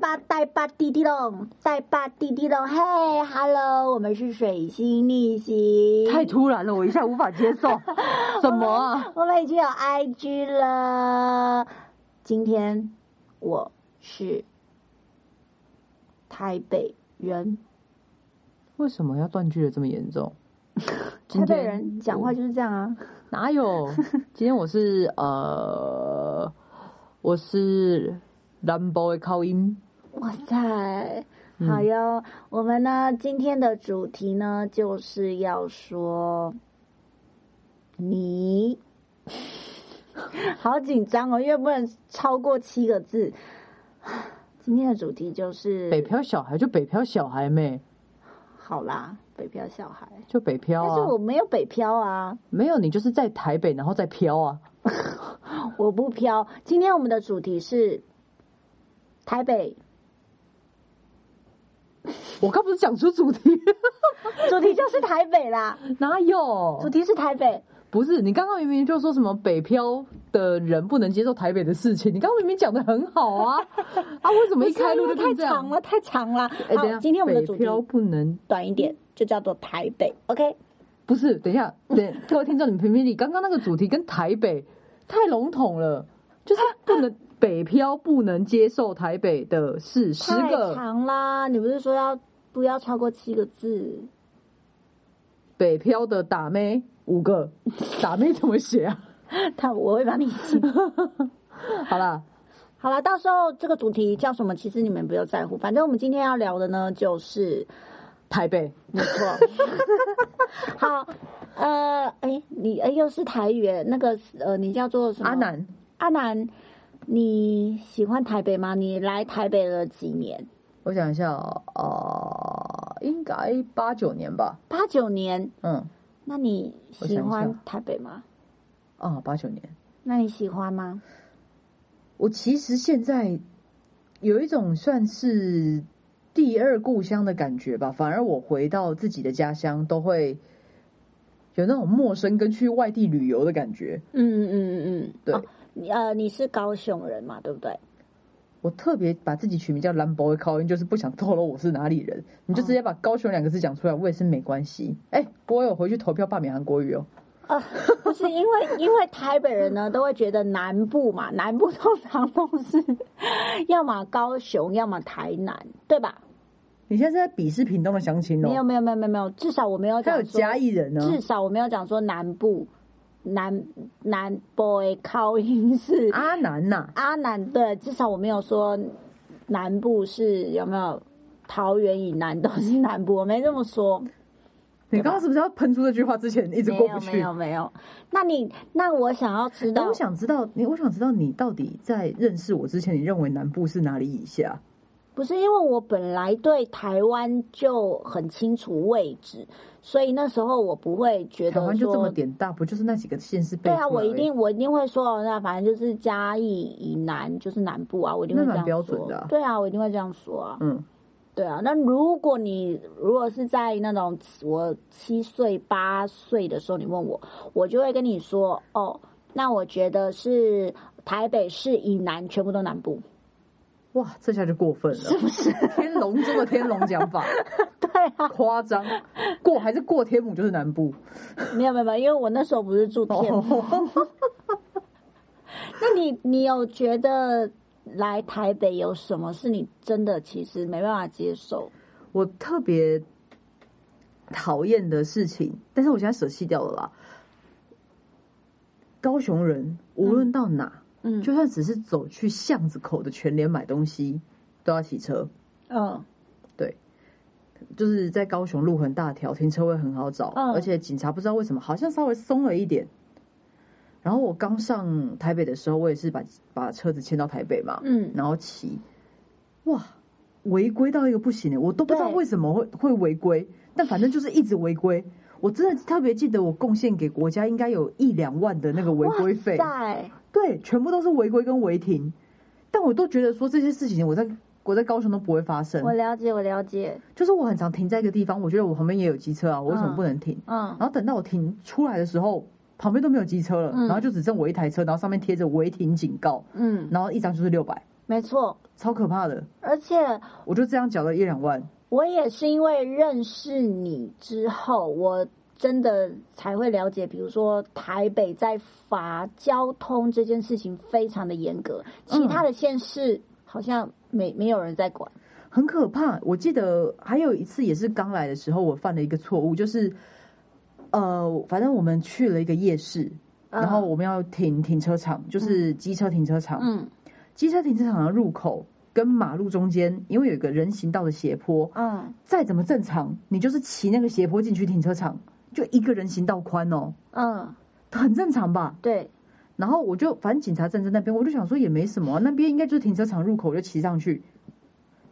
巴带巴滴滴咚，带巴滴滴咚，嘿，hello，我们是水星逆行。太突然了，我一下无法接 受。怎么啊？我们已经有 IG 了。今天我是台北人，为什么要断句的这么严重？台今北天人讲话就是这样啊。哪 有？今天我是呃，我是兰博的口音。哇塞，嗯好哟！我们呢，今天的主题呢，就是要说你， 好紧张哦，因为不能超过七个字。今天的主题就是北漂小孩就北漂小孩妹，好啦，北漂小孩，就北漂但是啊我。没有北漂啊，没有你就是在台北，然后再漂啊。我不漂。今天我们的主题是台北，我刚不是讲出主题？主题就是台北啦， 哪有主？题是台北。 不是你刚刚明明就说什么北漂的人不能接受台北的事情，你刚刚明明讲的很好啊啊！为什么一开路就太变这长样？了，太长了。哎，等好，一下，今天我们的主北题漂不能短一点，就叫做台北。OK，不是？等一下，等各位听众，你们评评理，刚刚那个主题跟台北太笼统了，就是不能北漂不能接受台北的事，十太个长啦，你不是说要不要超过七个 字？北漂的打妹五个，打妹怎么写 啊？他我会帮你记。好啦， 好了，到时候这个主题叫什么，其实你们不用在乎，反正我们今天要聊的呢，就是台北没错。 好，呃，哎、你哎、又是台语耶，那个呃，你叫做什么？阿，南阿南，你喜欢台北吗？你来台北了几年？我想一下哦，呃，应该八九年吧，八九年。嗯，那你我喜想一欢下台北吗？啊，八九年。那你喜欢吗？我其实现在有一种算是第二故乡的感觉吧，反而我回到自己的家乡都会有那种陌生跟去外地旅游的感觉。嗯嗯嗯嗯，对哦你呃，你是高雄人嘛，对不对？我特别把自己取名叫兰博的口音，就是不想透露我是哪里人，你就直哦接把高雄两个字讲出来，我也是没关系。哎、不过我有回去投票罢免韩国瑜哦。啊， 不是因为因为台北人呢都会觉得南部嘛， 南部通常都是 要么高雄，要么台南，对吧？你现在是在鄙视屏东的乡亲没有哦，没有没有没有没有，至少我没有还有讲说，嘉义人哦呢、至少我没有讲说南部南南 boy 靠音是阿南呐、阿南对，至少我没有说南部是有没有桃园以南都是南部，我没这么说。你刚刚是不是要喷出这句话之前一直没过有不去？没有没有，那你那我想要知那道，我想知道你，我想知道你到底在认识我之前，你认为南部是哪里以下？不是因为我本来对台湾就很清楚位置，所以那时候我不会觉台得湾就这么说。点大，不就是那几个县市背对出来啊，而已？我一定我一定会说，哦那反正就是嘉义以南就是南部啊，我一定会那这蛮样标说。准的啊对啊，我一定会这样说啊。嗯，对啊，那如果你如果是在那种我七岁八岁的时候，你问我，我就会跟你说，哦，那我觉得是台北市以南全部都南部， 哇，这下就过分了，是不是？ 天龙中的天龙讲法，对啊，夸张，过还是过天母就是南部没有没有没有，因为我那时候不是住天母。哦。 那你你有觉得来台北有什么是你真的其实没办法接受？我特别讨厌的事情，但是我现在舍弃掉了啦。高雄人无论到哪，嗯就算只是走去巷子口的全联买东西，都要骑车。嗯就是在高雄路很大条，停车位很好找，嗯而且警察不知道为什么好像稍微松了一点。然后我刚上台北的时候，我也是把把车子迁到台北嘛，嗯，然后骑，哇，违规到一个不行的，我都不知道对为什么会会违规，但反正就是一直违规。我真的特别记得，我贡献给国家应该有一两万的那个违规费，在对，全部都是违规跟违停。但我都觉得说这些事情，我在我在高雄都不会发生。我了解我了解，就是我很常停在一个地方，我觉得我旁边也有机车啊，我为什么不能停？嗯然后等到我停出来的时候，旁边都没有机车了，嗯然后就只剩我一台车，然后上面贴着违停警告，嗯然后一张就是六百，没错。超可怕的。而且我就这样缴了一两万，我也是因为认识你之后，我真的才会了解，比如说台北在罚交通这件事情非常的严格，嗯其他的县市好像没没有人在管。很可怕。我记得还有一次也是刚来的时候，我犯了一个错误，就是呃，反正我们去了一个夜市，嗯然后我们要停停车场，就是机车停车场。嗯机车停车场的入口跟马路中间，因为有一个人行道的斜坡，嗯再怎么正常，你就是骑那个斜坡进去停车场，就一个人行道宽哦，嗯，很正常吧？对，然后我就反正警察站在那边，我就想说也没什么、啊，那边应该就是停车场入口，我就骑上去。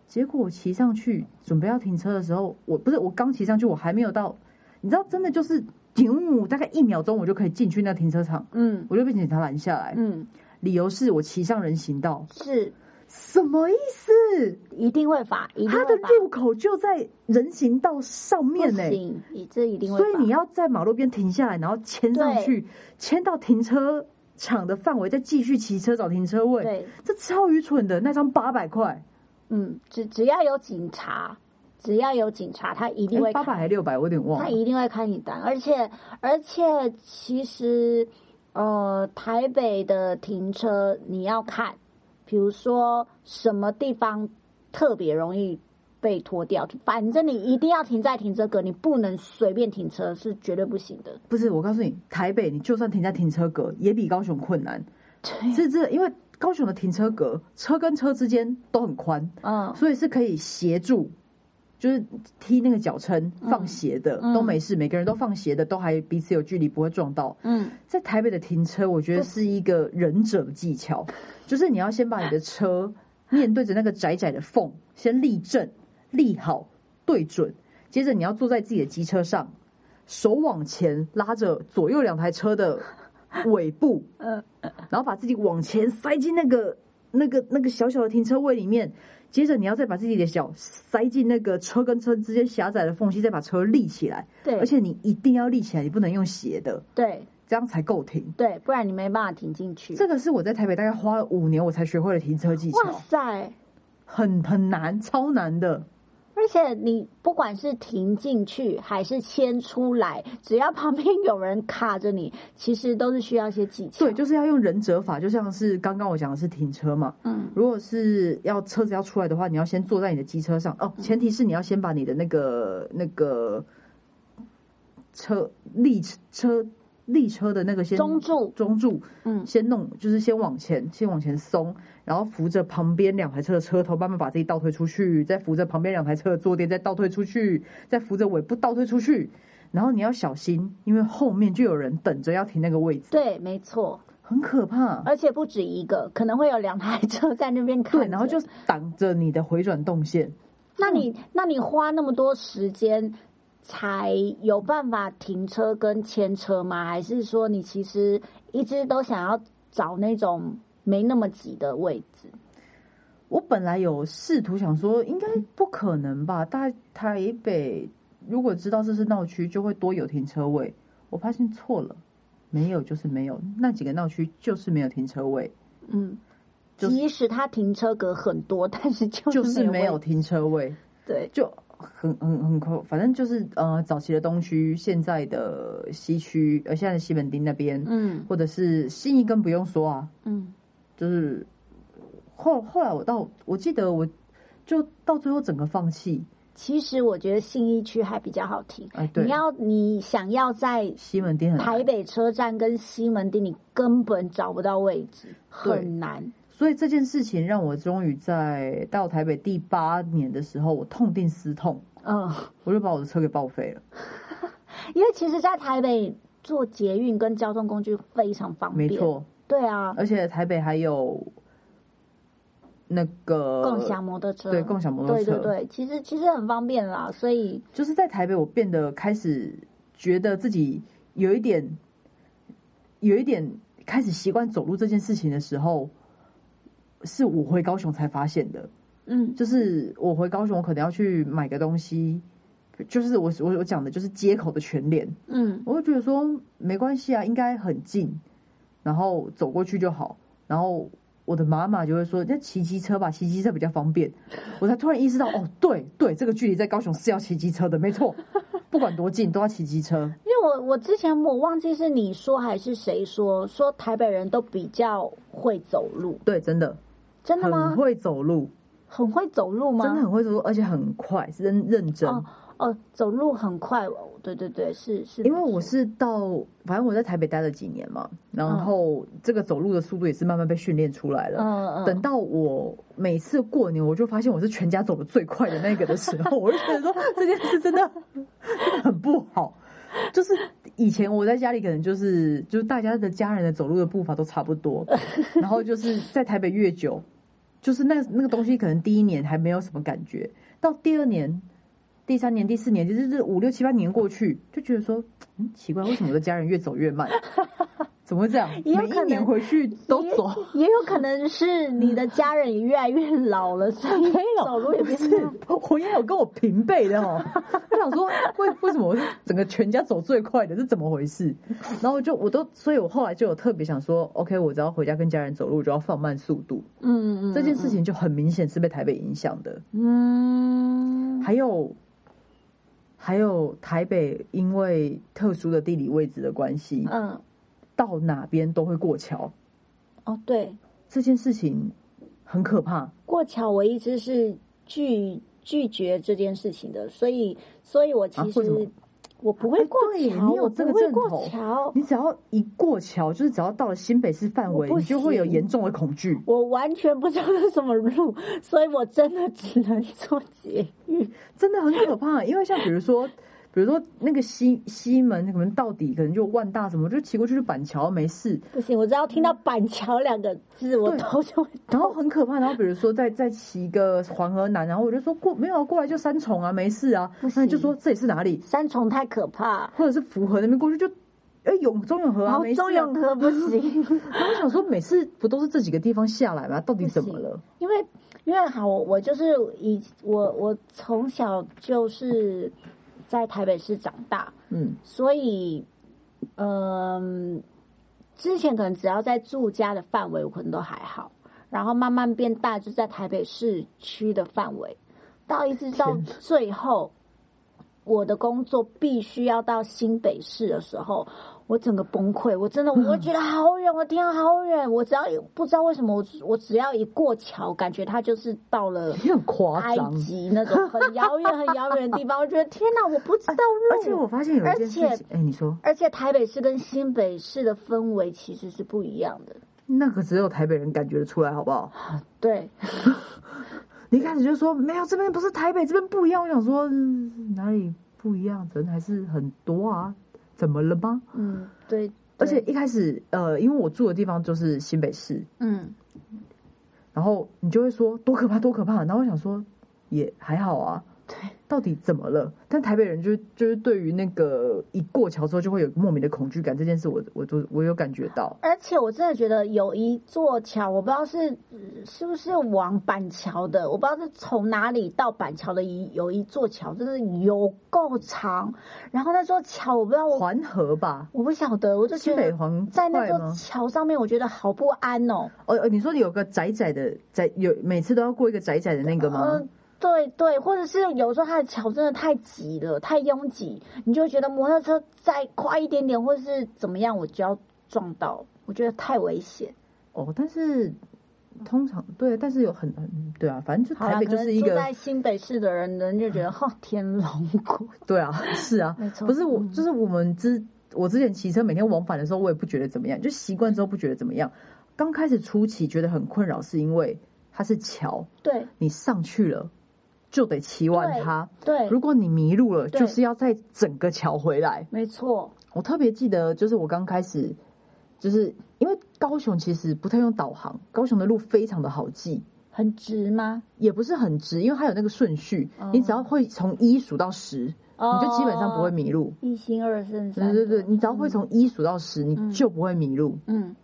结果我骑上去准备要停车的时候，我不是我刚骑上去，我还没有到，你知道，真的就是停，大概一秒钟我就可以进去那停车场，嗯我就被警察拦下来，嗯，理由是我骑上人行道，是什么意思？一定会罚，一定它的会罚，入口就在人行道上面欸不呢、行，你这一定会罚。所以你要在马路边停下来，然后牵上去，牵到停车场的范围，再继续骑车找停车位。对，这超愚蠢的，那张八百块，嗯，只只要有警察，只要有警察，他一定会八百看还六百，我有点忘他了。一定会开你单，而且而且其实，呃，台北的停车你要看，比如说什么地方特别容易被拖掉，反正你一定要停在停车格，你不能随便停车，是绝对不行的。不是，我告诉你，台北你就算停在停车格，也比高雄困难。对，是这，因为高雄的停车格，车跟车之间都很宽，嗯所以是可以协助，就是踢那个脚撑放斜的、嗯都没事，每个人都放斜的，都还彼此有距离，不会撞到。嗯，在台北的停车，我觉得是一个忍者技巧，就是你要先把你的车面对着那个窄窄的缝，先立正、立好、对准，接着你要坐在自己的机车上，手往前拉着左右两台车的尾部，嗯然后把自己往前塞进那个 那个那个小小的停车位里面，接着你要再把自己的脚塞进那个车跟车之间狭窄的缝隙，再把车立起来，对，而且你一定要立起来，你不能用斜的，对这样才够停。对，不然你没办法停进去。这个是我在台北大概花了五年我才学会的停车技哇巧，塞！很很难，超难的。而且你不管是停进去还是牵出来，只要旁边有人卡着你，其实都是需要一些技巧。对，就是要用忍者法，就像是刚刚我讲的是停车嘛。嗯如果是要车子要出来的话，你要先坐在你的机车上哦，前提是你要先把你的那个那个车立车立车的那个先中柱中柱嗯先弄，就是先往前，先往前松，然后扶着旁边两台车的车头，慢慢把自己倒退出去，再扶着旁边两台车的坐垫，再倒退出去，再扶着尾部倒退出去。然后你要小心，因为后面就有人等着要停那个位置，对，没错，很可怕。而且不止一个，可能会有两台车在那边看着。对，然后就挡着你的回转动线。那你那你花那么多时间才有办法停车跟牵车吗？还是说你其实一直都想要找那种没那么挤的位置？我本来有试图想说，应该不可能吧？大台北如果知道这是闹区，就会多有停车位。我发现错了，没有就是没有，那几个闹区就是没有停车位，嗯，就是即使他停车格很多，但是就是就是没有位置停车位，对。哦就很很很扣。反正就是呃，早期的东区，现在的西区，呃，现在的西门町那边，嗯或者是新义更不用说啊，嗯就是后后来我到，我记得我就到最后整个放弃。，其实我觉得信义区还比较好停。哎，对，你要你想要在西门町很难台北车站跟西门町，你根本找不到位置，很难。所以这件事情让我终于在到台北第八年的时候，我痛定思痛，嗯，我就把我的车给报废了。因为其实，在台北坐捷运跟交通工具非常方没便。，错，对啊，而且台北还有那个共享，摩托车，呃对共享摩托车对对对，其实其实很方便啦。所以，就是在台北，我变得开始觉得自己有一点，有一点开始习惯走路这件事情的时候，是我回高雄才发现的。嗯，就是我回高雄，我可能要去买个东西，就是我我我讲的就是街口的全脸，嗯我就觉得说没关系啊，应该很近，然后走过去就好。然后我的妈妈就会说，那骑机车吧，骑机车比较方便。我才突然意识到，哦，对对，这个距离在高雄是要骑机车的，没错，不管多近都要骑机车。因为我我之前我忘记是你说还是谁说，说台北人都比较会走路，对，真的，真的很吗？会走路，很会走路吗？真的很会走路，而且很快，是认认真。哦哦，走路很快，哦对对对，是是，因为我是到，反正我在台北待了几年嘛，然后这个走路的速度也是慢慢被训练出来了。嗯嗯，等到我每次过年，我就发现我是全家走的最快的那个的时候，我就觉 得说这件事真的真的很不好。就是以前我在家里可能就是就是大家的家人的走路的步伐都差不 多，然后就是在台北越久，就是那那个东西可能第一年还没有什么感觉，到第二年、第三年、第四年，就是这五六七八年过去，就觉得说，嗯，奇怪，为什么我的家人越走越 慢？怎么会这样？也有每一可年能回去都也走。也有可能是你的家人也越来越老了，所以 没有，走路也不变是慢。， 我也有跟我平辈 的哦。我想说，为为什么我是整个全家走最快的，是怎么回事？然后就我都，所以我后来就有特别想说，OK，我只要回家跟家人走路，我就要放慢速度。嗯嗯，这件事情就很明显是被台北影响的。嗯，嗯，还有，还有台北因为特殊的地理位置的关系，嗯，到哪边都会过桥，哦对，这件事情很可怕。过桥我一直是拒拒绝这件事情的，所以所以我其啊为什么实我不会过哎对桥，你有我这个不会症头过桥，你只要一过桥，就是只要到了新北市范围，我不你就会有行严重的恐惧。我完全不知道是什么路，所以我真的只能做捷运。真的很可怕。因为像比如说，比如说那个西西门，可能到底可能就万大什么，就骑过去就板桥没事。不行，我只要听到板桥两个字，我嗯对头就会然后很可怕。然后比如说再再骑一个环河南，然后我就说过没有啊过来就三重啊，没事啊。不行那你就说这里是哪里，三重太可怕，或者是福和那边过去就。哎，永中永和然啊，后没事、啊。哦中永和不 行，然后我想说，每次不都是这几个地方下来吗？到底怎么了？因为因为好，我我就是以我我从小就是在台北市长大，嗯，所以嗯、之前可能只要在住家的范围，我可能都还好，然后慢慢变大，就在台北市区的范围，到一直到天最后。我的工作必须要到新北市的时候，我整个崩溃，我真的我会觉得好远，我天啊，好远！我只要一不知道为什么，我我只要一过桥，感觉它就是到了你很夸埃张。及那种很遥远、很遥远的地方，我觉得天哪，我不知道路。而且我发现有一件事而且情，哎，你说而且台北市跟新北市的氛围其实是不一样的。那个只有台北人感觉得出来，好不好？对，你一开始就说没有，这边不是台北，这边不一样。我想说、嗯哪里不一样，人还是很多啊，怎么了吗？ 嗯，对，而且对，一开始，呃，因为我住的地方就是新北市，嗯，然后你就会说多可怕，多可怕。然后我想说也还好啊，对，到底怎么了？但台北人就就是对于那个一过桥之后就会有莫名的恐惧感，这件事我我都我有感觉到。而且我真的觉得有一座桥，我不知道是是不是往板桥的，我不知道是从哪里到板桥的一有一座桥，真的有够长。然后那座桥，我不知道我环河吧，我不晓得，我就觉新北得环在那快吗座桥上面，我觉得好不安哦。哦哦，你说有个窄窄的窄，有每次都要过一个窄窄的那个吗？嗯，对对，或者是有时候它的桥真的太挤了，太拥挤，你就会觉得摩托车再快一点点，或者是怎么样，我就要撞到，我觉得太危险。哦，但是通常对，但是有很嗯对啊，反正就好台啦，北可就是能一住个在新北市的人，人就觉 得哦，天龙国，对啊， 是啊，没错，不是我嗯就是我们之我之前骑车每天往返的时候，我也不觉得怎么样，就习惯之后不觉得怎么样。刚开始初期觉得很困扰，是因为它是桥，对你上去了就得骑完对它，对，如果你迷路了，对就是要再整个桥回来。没错，我特别记得，就是我刚开始，就是因为高雄其实不太用导航，高雄的路非常的好记，很直吗？也不是很直，因为它有那个顺序，哦你只要会从一数到十，哦，你就基本上不会迷路。一心二圣对三，对对，你只要会从一数到十，你就不会迷路。嗯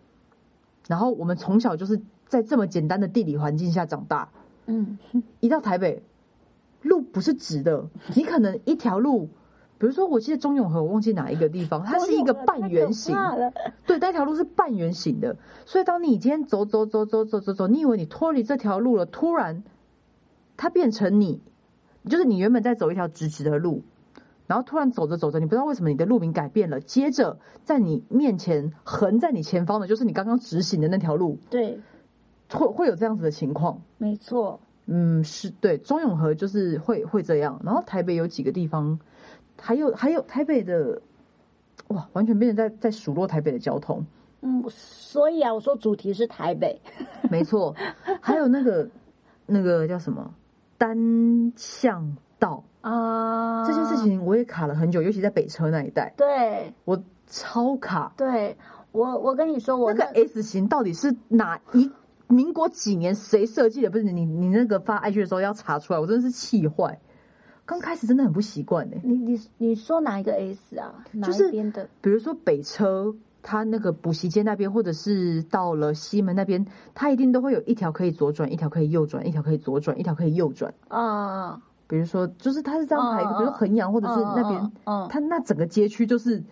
然后我们从小就是在这么简单的地理环境下长大，嗯，一到台北，路不是直的，你可能一条路。比如说，我记得中永和，我忘记哪一个地方，它是一个半圆形，太可怕了对，那条路是半圆形的，所以当你今天走走走走走走走，你以为你脱离这条路了，突然它变成你，就是你原本在走一条直直的路，然后突然走着走着，你不知道为什么你的路名改变了，接着在你面前横在你前方的就是你刚刚直行的那条路，对，会会有这样子的情况。没错，嗯，是对，中永和就是会会这样，然后台北有几个地方，还有还有台北的，哇，完全变成在在数落台北的交通，嗯，所以啊，我说主题是台北，没错，还有那个那个叫什么单向道啊，这件事情，我也卡了很久，尤其在北车那一带，对我超卡。对，我我跟你说，我那个 S 型到底是哪一民国几年谁设计的？不是你你那个发 IG 的时候要查出来，我真的是气坏，刚开始真的很不习惯哎。你你你说哪一个 S 啊？哪就是一边的？比如说北车，它那个补习街那边，或者是到了西门那边，它一定都会有一条可以左转，一条可以右转，一条可以左转，一条可以右转。啊、比如说，就是它是这样排，嗯嗯比如说衡阳或者是那边，嗯嗯嗯它那整个街区就是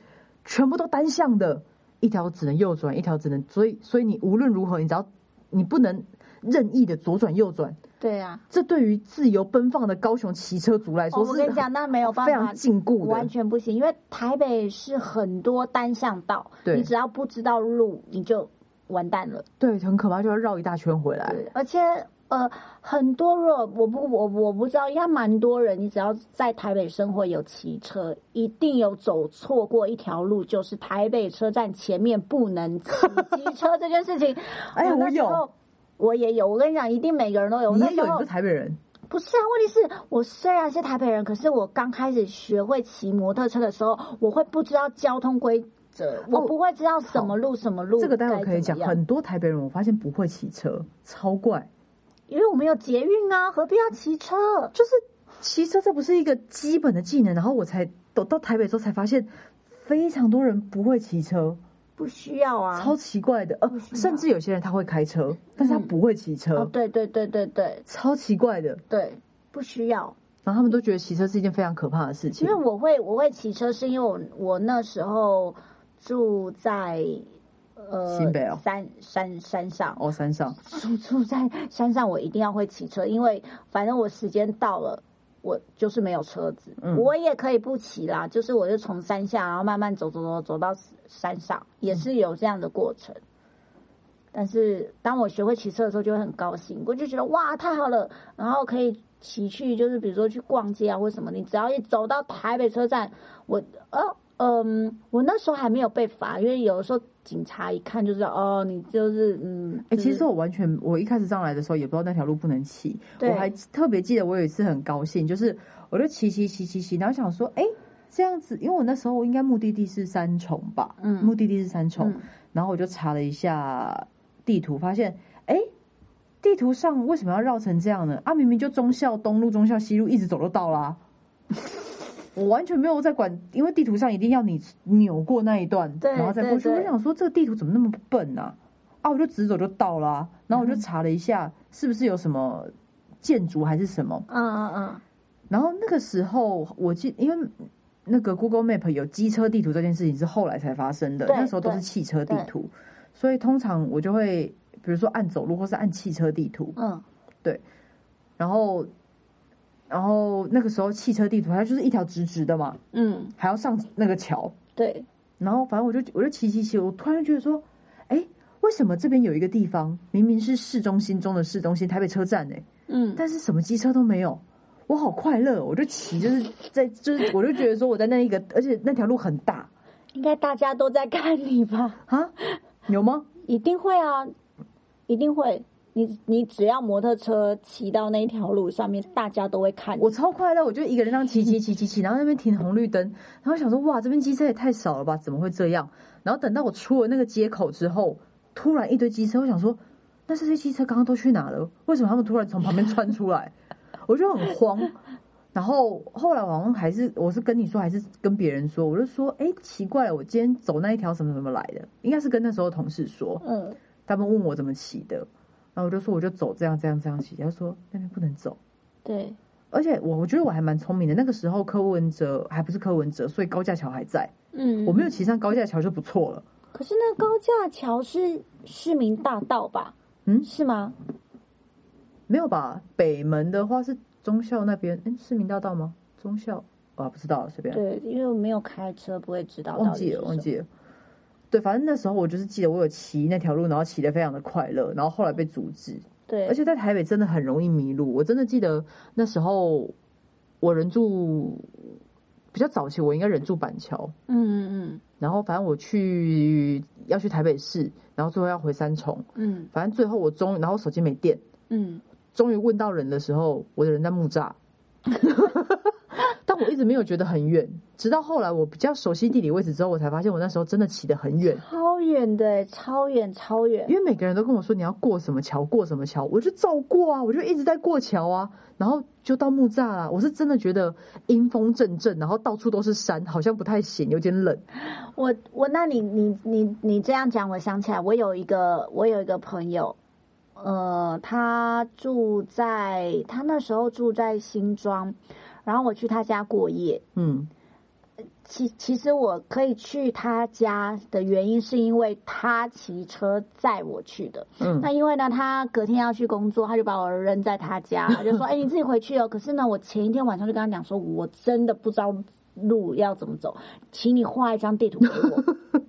全部都单向的，一条只能右转，一条只能，所以所以你无论如何，你只要你不能任意的左转右转，对啊，这对于自由奔放的高雄骑车族来哦说我是跟你讲，那没有办非法常，禁锢的完。全不行，因为台北是很多单向道，对你只要不知道路，你就完蛋了。对，很可怕，就要绕一大圈回来。而且呃，很多如果我不我我不知道，应该蛮多人，你只要在台北生活有骑车，一定有走错过一条路，就是台北车站前面不能 骑机车这件事情。呃哎我那时有候。我也有，我跟你讲，一定每个人都有。我你那也时有，你候是台北人，不是啊，问题是我虽然是台北人，可是我刚开始学会骑摩托车的时候，我会不知道交通规则，我不会知道什么路什么路。哦这个待会可以讲。很，很多台北人我发现不会骑车，超怪。因为我们有捷运啊，何必要骑车？就是骑车这不是一个基本的技能，然后我才到到台北之后才发现，非常多人不会骑车，不需要啊。超奇怪的。呃，是吗甚至有些人他会开车，但是他不会骑车，哦，对对对对对超奇怪的。对，不需要。然后他们都觉得骑车是一件非常可怕的事情因为。我会我会骑车，是因为我我那时候住在呃新北哦山山山上，哦，山上住住在山上，我一定要会骑车，因为反正我时间到了，我就是没有车子，嗯我也可以不骑啦，就是我就从山下，然后慢慢走走走走到山上，嗯也是有这样的过程。但是当我学会骑车的时候，就会很高兴，我就觉得哇，太好了，然后可以骑去，就是比如说去逛街啊或什么，你只要一走到台北车站，我呃。嗯，我那时候还没有被罚，因为有的时候警察一看就知道，哦，你就是嗯。哎、就是其实我完全，我一开始上来的时候也不知道那条路不能骑，对我还特别记得我有一次很高兴，就是我就骑骑骑骑骑，然后想说，哎、这样子，因为我那时候应该目的地是三重吧，嗯目的地是三重，嗯然后我就查了一下地图，发现，哎、地图上为什么要绕成这样呢？啊，明明就忠孝东路、忠孝西路一直走就到啦、 我完全没有在管，因为地图上一定要你扭过那一段，对然后再过去。对对我想说这个地图怎么那么笨啊？啊，我就直走就到啦、然后我就查了一下，是不是有什么建筑还是什么？嗯嗯然后那个时候我记，因为那个 Google Map 有机车地图这件事情是后来才发生的，对那时候都是汽车地图，所以通常我就会比如说按走路或是按汽车地图，嗯然后然后那个时候汽车地图它就是一条直直的嘛，嗯嗯，还要上那个桥，对，然后反正我就我就骑骑骑，我突然觉得说，哎，为什么这边有一个地方明明是市中心中的市中心台北车站呢、嗯但是什么机车都没有，我好快乐哦，我就骑，就是在就是我就觉得说我在那一个，而且那条路很大应该大家都在看你吧？啊，有吗？一定会啊，一定会。你你只要摩托车骑到那一条路上面，大家都会看你。我超快乐，我就一个人这样骑骑骑骑骑，然后那边停红绿灯，然后想说哇，这边机车也太少了吧，怎么会这样？然后等到我出了那个街口之后，突然一堆机车，我想说，那这些机车刚刚都去哪了？为什么他们突然从旁边窜出来？ 我就很慌。然后后来我好像还是我是跟你说还是跟别人说，我就说，哎，奇怪了，我今天走那一条什么什么来的，应该是跟那时候的同事说，嗯，他们问我怎么骑的，然后我就说我就走这样这样这样骑，他说那边不能走。对，而且我我觉得我还蛮聪明的，那个时候柯文哲还不是柯文哲，所以高架桥还在，嗯，我没有骑上高架桥就不错了。可是那高架桥是市民大道吧？嗯是吗？没有吧？北门的话是忠孝那边，嗯，市民大道吗？忠孝啊，不知道，随便。对，因为我没有开车，不会知道到底忘记是了，忘什么记了。对，反正那时候我就是记得我有骑那条路，然后骑得非常的快乐，然后后来被阻止，对，而且在台北真的很容易迷路。我真的记得那时候我人住比较早期，我应该人住板桥，嗯嗯然后反正我去要去台北市，然后最后要回三重，嗯反正最后我终于，然后手机没电，嗯终于问到人的时候，我的人在木栅， 但我一直没有觉得很远，直到后来我比较熟悉地理位置之后，我才发现我那时候真的骑得很远嗯，，超远的，超远超远因，为每个人都跟我说你要过什么桥，过什么桥，我就照过啊，我就一直在过桥啊，然后就到木栅啦。我是真的觉得阴风阵阵，然后到处都是山，好像不太行，有点冷。我我那你你你你这样讲，我想起来，我有一个我有一个朋友，呃，他住在他那时候住在新庄，然后我去他家过夜。嗯，其其实我可以去他家的原因，是因为他骑车载我去的。嗯那因为呢，他隔天要去工作，他就把我扔在他 家，他就说：“哎、你自己回去哦。”可是呢，我前一天晚上就跟他讲说，我真的不知道路要怎么走，请你画一张地图给我。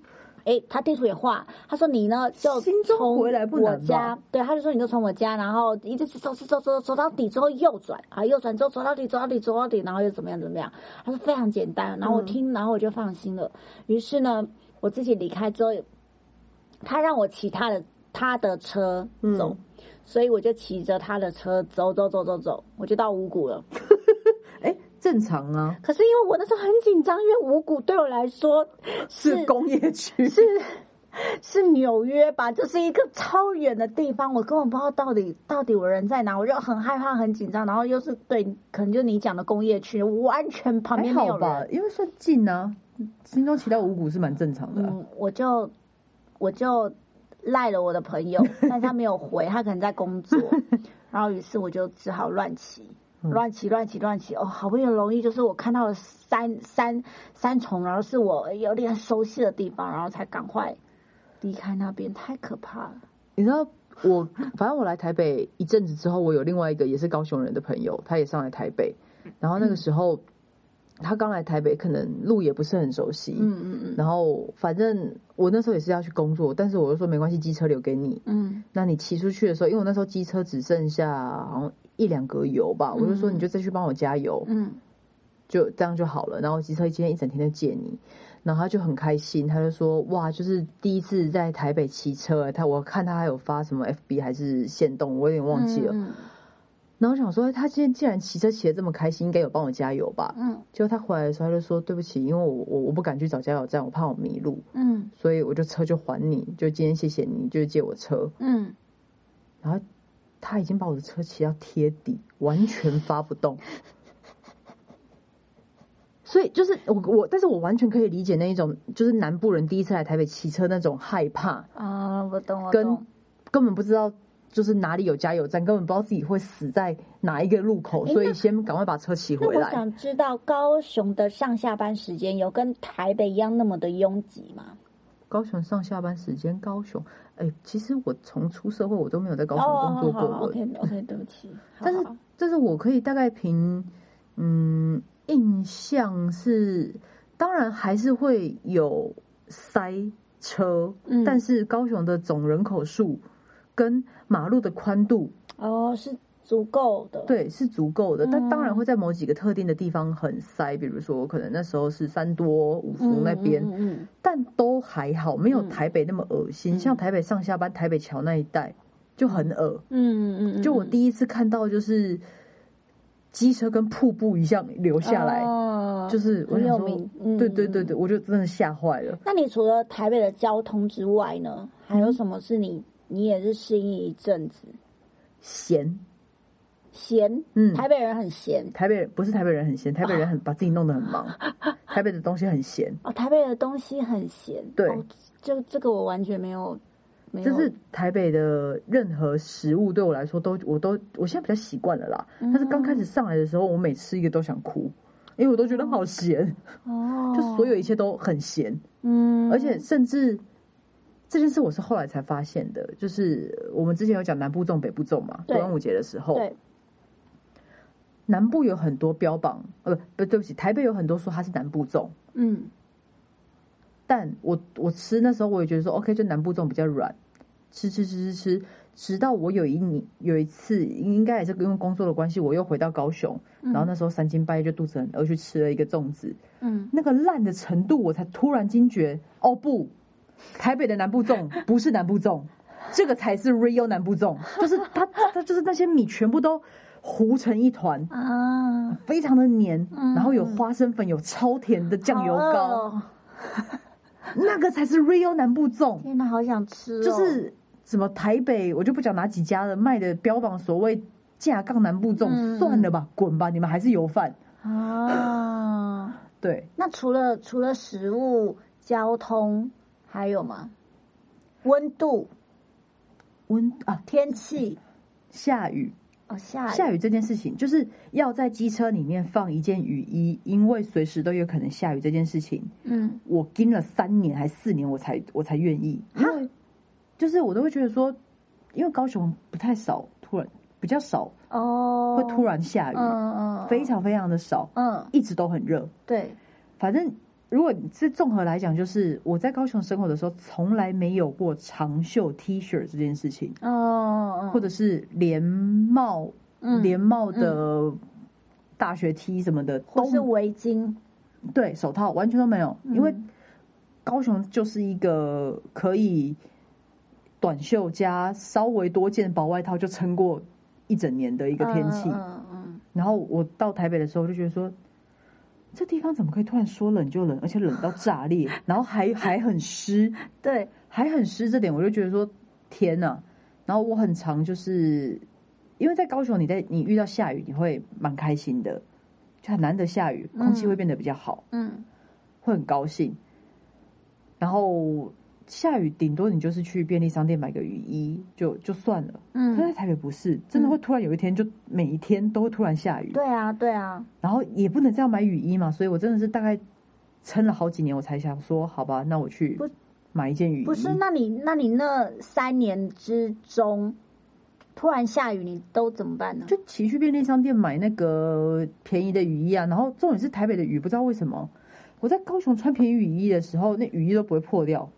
哎、 他地图也画，他说你呢就新庄从回来不我难吧家，对，他就说你就从我家，然后一直走走走走走到底之后右转啊，右转之后走到底走到底走到底，然后又怎么样怎么样，他说非常简单，然后我听，然后我就放心了。于是呢，我自己离开之后，他让我骑他的他的车嗯走，所以我就骑着他的车走走走走走，我就到五谷了。哎，正常啊，可是因为我那时候很紧张，因为五谷对我来说是是工业区，是是纽约吧，就是一个超远的地方，我根本不知道到底到底我人在哪，我就很害怕很紧张，然后又是对，可能就你讲的工业区，完全旁还边没好有吧人，，因为算近啊。新庄骑到五谷是蛮正常的啊、嗯，我就我就赖了我的朋友，但他没有回，他可能在工作，然后于是我就只好乱骑。乱骑乱骑乱骑哦，好不容易就是我看到了三三三重，然后是我有点熟悉的地方，然后才赶快离开那边，太可怕了。你知道我，反正我来台北一阵子之后，我有另外一个也是高雄人的朋友，他也上来台北，然后那个时候、他刚来台北，可能路也不是很熟悉，嗯嗯嗯然后反正我那时候也是要去工作，但是我就说没关系，机车留给你。嗯那你骑出去的时候，因为我那时候机车只剩下好像一两格油吧，我就说嗯你就再去帮我加油，嗯就这样就好了。然后机车今天一整天都借你，然后他就很开心，他就说哇，就是第一次在台北骑车，他我看他还有发什么 FB 还是限动，我有点忘记了。嗯然后我想说，他今天既然骑车骑得这么开心，应该有帮我加油吧？嗯结果他回来的时候，他就说对不起，因为我我我不敢去找加油站，我怕我迷路。嗯所以我就车就还你，就今天谢谢你，就借我车。嗯，然后他已经把我的车骑到贴底，完全发不动。 所以就是我我，但是我完全可以理解那一种，就是南部人第一次来台北骑车那种害怕，啊，我懂我跟懂，根本不知道就是哪里有加油站，根本不知道自己会死在哪一个路口，诶所哎那以先赶快把车骑那回我来。想知道高雄的上下班时间有跟台北一样那么的拥挤吗？高雄上下班时间，高雄，哎、其实我从出社会我都没有在高哦雄工作过，我 OK OK，对不起。但是好好但是我可以大概凭嗯印象是，当然还是会有塞车，嗯但是高雄的总人口数跟马路的宽度，哦是足够的，，对，是足够的。但当然嗯会在某几个特定的地方很塞，比如说可能那时候是三多、五福嗯那边，嗯嗯但都还好，没有嗯台北那么恶心。嗯像台北上下班、台北桥那一带就很恶。嗯嗯嗯，就我一第一次看到就是机车跟瀑布一样流下来，就是哦我很想有说名，嗯对对对。对，我就真的吓坏了。那你除了台北的交通之外呢，还有什么是你你也是适应一阵子？闲，闲，嗯，台北人很闲台北人不是台北人很闲，台北人很把自己弄得很 忙，台北的东西很闲。哦，台北的东西很咸。对哦，这这个我完全没有没就有是台北的任何食物对我来说都，我都我现在比较习惯了啦。嗯但是刚开始上来的时候，我每吃一个都想哭，因为我都觉得好咸，哦，就所有一切都很咸，嗯，而且甚至这件事我是后来才发现的，就是我们之前有讲南部粽北部粽嘛，对端午节的时候，对南部有很多标榜，呃，不，对不起，台北有很多说它是南部粽，嗯但我我吃那时候我也觉得说，OK，就南部粽比较软，吃吃吃吃吃，直到我有一年有一次，应该也是因为工作的关系，我又回到高雄，嗯然后那时候三更半夜就肚子很饿，去吃了一个粽子，嗯，那个烂的程度，我才突然惊觉，哦不，台北的南部粽不是南部粽，这个才是 real 南部粽，就是 它它就是那些米全部都糊成一团。啊，非常的黏，嗯然后有花生粉，有超甜的酱油好膏，饿哦，那个才是 real 南部粽。天哪，好想吃哦，就是什么台北，我就不讲哪几家了，卖的标榜所谓架杠南部粽，嗯算了吧，滚吧，你们还是油饭。啊。对，那除了除了食物、交通，还有吗？温度、温啊，天气下雨，哦，下雨，下雨这件事情，就是要在机车里面放一件雨衣，因为随时都有可能下雨这件事情，嗯，我盯了三年还四年，我才我才愿意，因为就是我都会觉得说，因为高雄不太少，突然比较少哦，会突然下雨，嗯，嗯嗯，非常非常的少，嗯，一直都很热。对，反正如果你是综合来讲，就是我在高雄生活的时候，从来没有过长袖 T 恤这件事情，哦哦，哦或者是连帽、嗯连帽的大学 T 什么的，或是都围巾，对手套完全都没有，嗯因为高雄就是一个可以短袖加稍微多件薄外套就撑过一整年的一个天气。嗯嗯嗯然后我到台北的时候就觉得说，这地方怎么可以突然说冷就冷，而且冷到炸裂，然后还 还很湿，嗯，对，还很湿，这点我就觉得说天呐！然后我很常就是因为在高雄，你在你遇到下雨，你会蛮开心的，就很难得下雨，空气会变得比较好，嗯会很高兴。然后下雨，顶多你就是去便利商店买个雨衣，就就算了。但在嗯，台北不是，真的会突然有一天，就每一天都会突然下雨。对啊对啊，然后也不能这样买雨衣嘛，所以我真的是大概撑了好几年，我才想说，好吧，那我去不买一件雨衣。不是，那你那你那三年之中，突然下雨，你都怎么办呢？就骑去便利商店买那个便宜的雨衣啊。然后重点是台北的雨，不知道为什么我在高雄穿便宜雨衣的时候，那雨衣都不会破掉。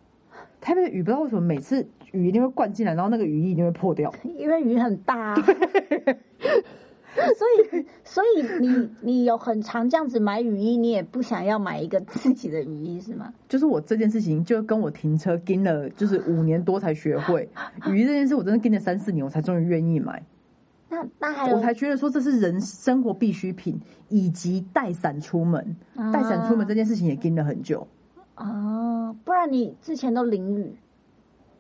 台北的雨不知道为什么每次雨一定会灌进来，然后那个雨衣一定会破掉。因为雨很大、啊， 所以所以你你有很常这样子买雨衣，你也不想要买一个自己的雨衣是吗？就是我这件事情，就跟我停车跟了就是五年多才学会雨衣这件事，我真的跟了三四年，我才终于愿意买。那那还有我才觉得说这是人生活必需品，以及带伞出门。啊带伞出门这件事情也盯了很久，哦，不然你之前都淋雨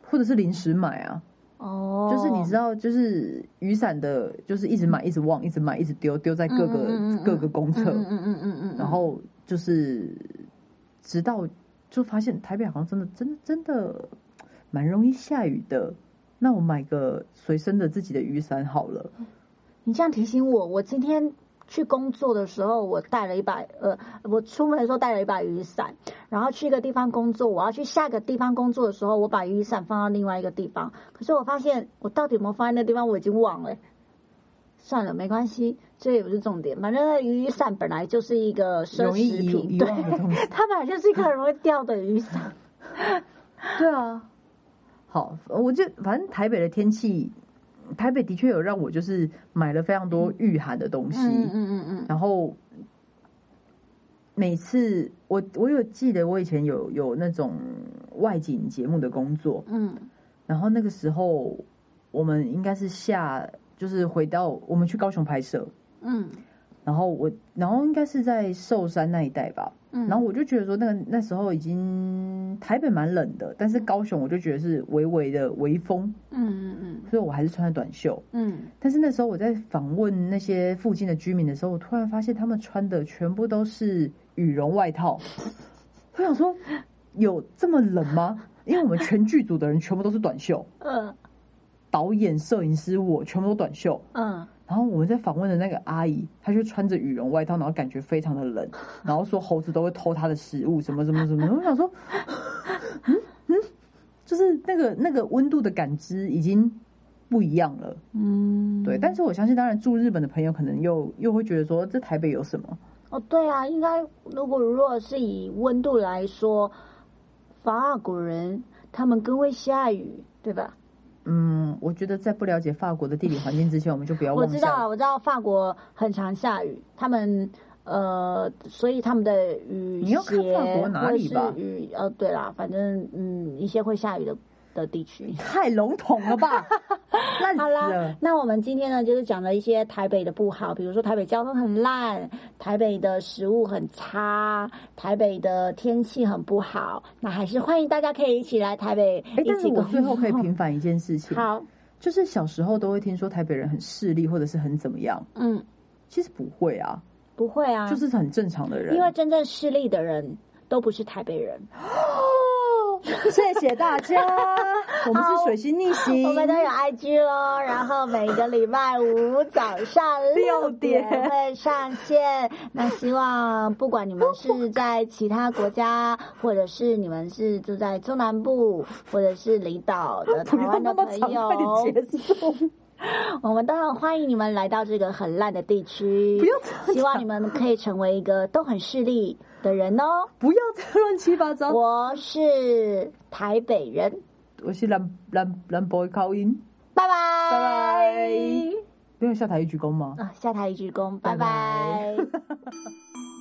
或者是临时买啊，哦，就是你知道，就是雨伞的，就是一直买，一直忘，一直买，一直丢，丢在各个嗯嗯嗯嗯各个公嗯厕，嗯嗯嗯嗯，然后就是直到就发现台北好像真的真的真的蛮容易下雨的。那我买个随身的自己的雨伞好了，你这样提醒我，我今天去工作的时候，我带了一把呃，我出门的时候带了一把雨伞，然后去一个地方工作，我要去下个地方工作的时候，我把雨伞放到另外一个地方，可是我发现我到底有没有放在那地方，我已经忘了、算了，没关系，这也不是重点。反正那雨伞本来就是一个奢容易侈遗品，遗对，忘的东西。它本来就是一个很容易掉的雨 伞。对啊，好，我就反正台北的天气，台北的确有让我就是买了非常多御寒的东西，嗯嗯嗯然后每次我我有记得我以前有有那种外景节目的工作，嗯嗯然后那个时候我们应该是下就是回到我们去高雄拍摄，嗯然后我然后应该是在寿山那一带吧，嗯，然后我就觉得说，那个那时候已经台北蛮冷的，但是高雄我就觉得是微微的微风，嗯嗯所以我还是穿着短袖。嗯但是那时候我在访问那些附近的居民的时候，我突然发现他们穿的全部都是羽绒外套。我想说，有这么冷吗？因为我们全剧组的人全部都是短袖，嗯导演、摄影师我全部都短袖。嗯，然后我们在访问的那个阿姨，她就穿着羽绒外套，然后感觉非常的冷，然后说猴子都会偷她的食物，什么什么什么。我想说，嗯嗯，就是那个那个温度的感知已经不一样了，嗯，对。但是我相信，当然住日本的朋友可能又又会觉得说，这台北有什么？哦，对啊，应该如果如果是以温度来说，法国人他们更会下雨，对吧？嗯，我觉得在不了解法国的地理环境之前，我们就不要我妄知道啊，想。我知道法国很常下雨，他们呃，所以他们的雨你要看鞋法国哪或里是吧雨呃，对啦，反正嗯，一些会下雨的的地区。太笼统 了吧，烂好死 啦了，。那我们今天呢，就是讲了一些台北的不好，比如说台北交通很烂，台北的食物很差，台北的天气很不好。那还是欢迎大家可以一起来台北哎，一但是起我工最后可以作。平反一件事情，好，就是小时候都会听说台北人很势利或者是很怎么样，嗯，其实不会啊，不会啊，就是很正常的人。因为真正势利的人都不是台北人。 谢谢大家，我们是水星逆行，我们都有 IG 喽，然后每个礼拜五早上六六点点会上线。那希望不管你们是在其他国家，或者是你们是住在中南部，或者是离岛的台不要湾的那么长，朋快友，点结束。 我们都很欢迎你们来到这个很烂的地区。不要这样讲希望你们可以成为一个都很势利的人哦。不要再乱七八糟。我我是台北人，我是蓝蓝蓝 boy 高音，拜拜拜拜。不用下台一鞠躬吗？啊，下台一鞠躬，拜拜拜。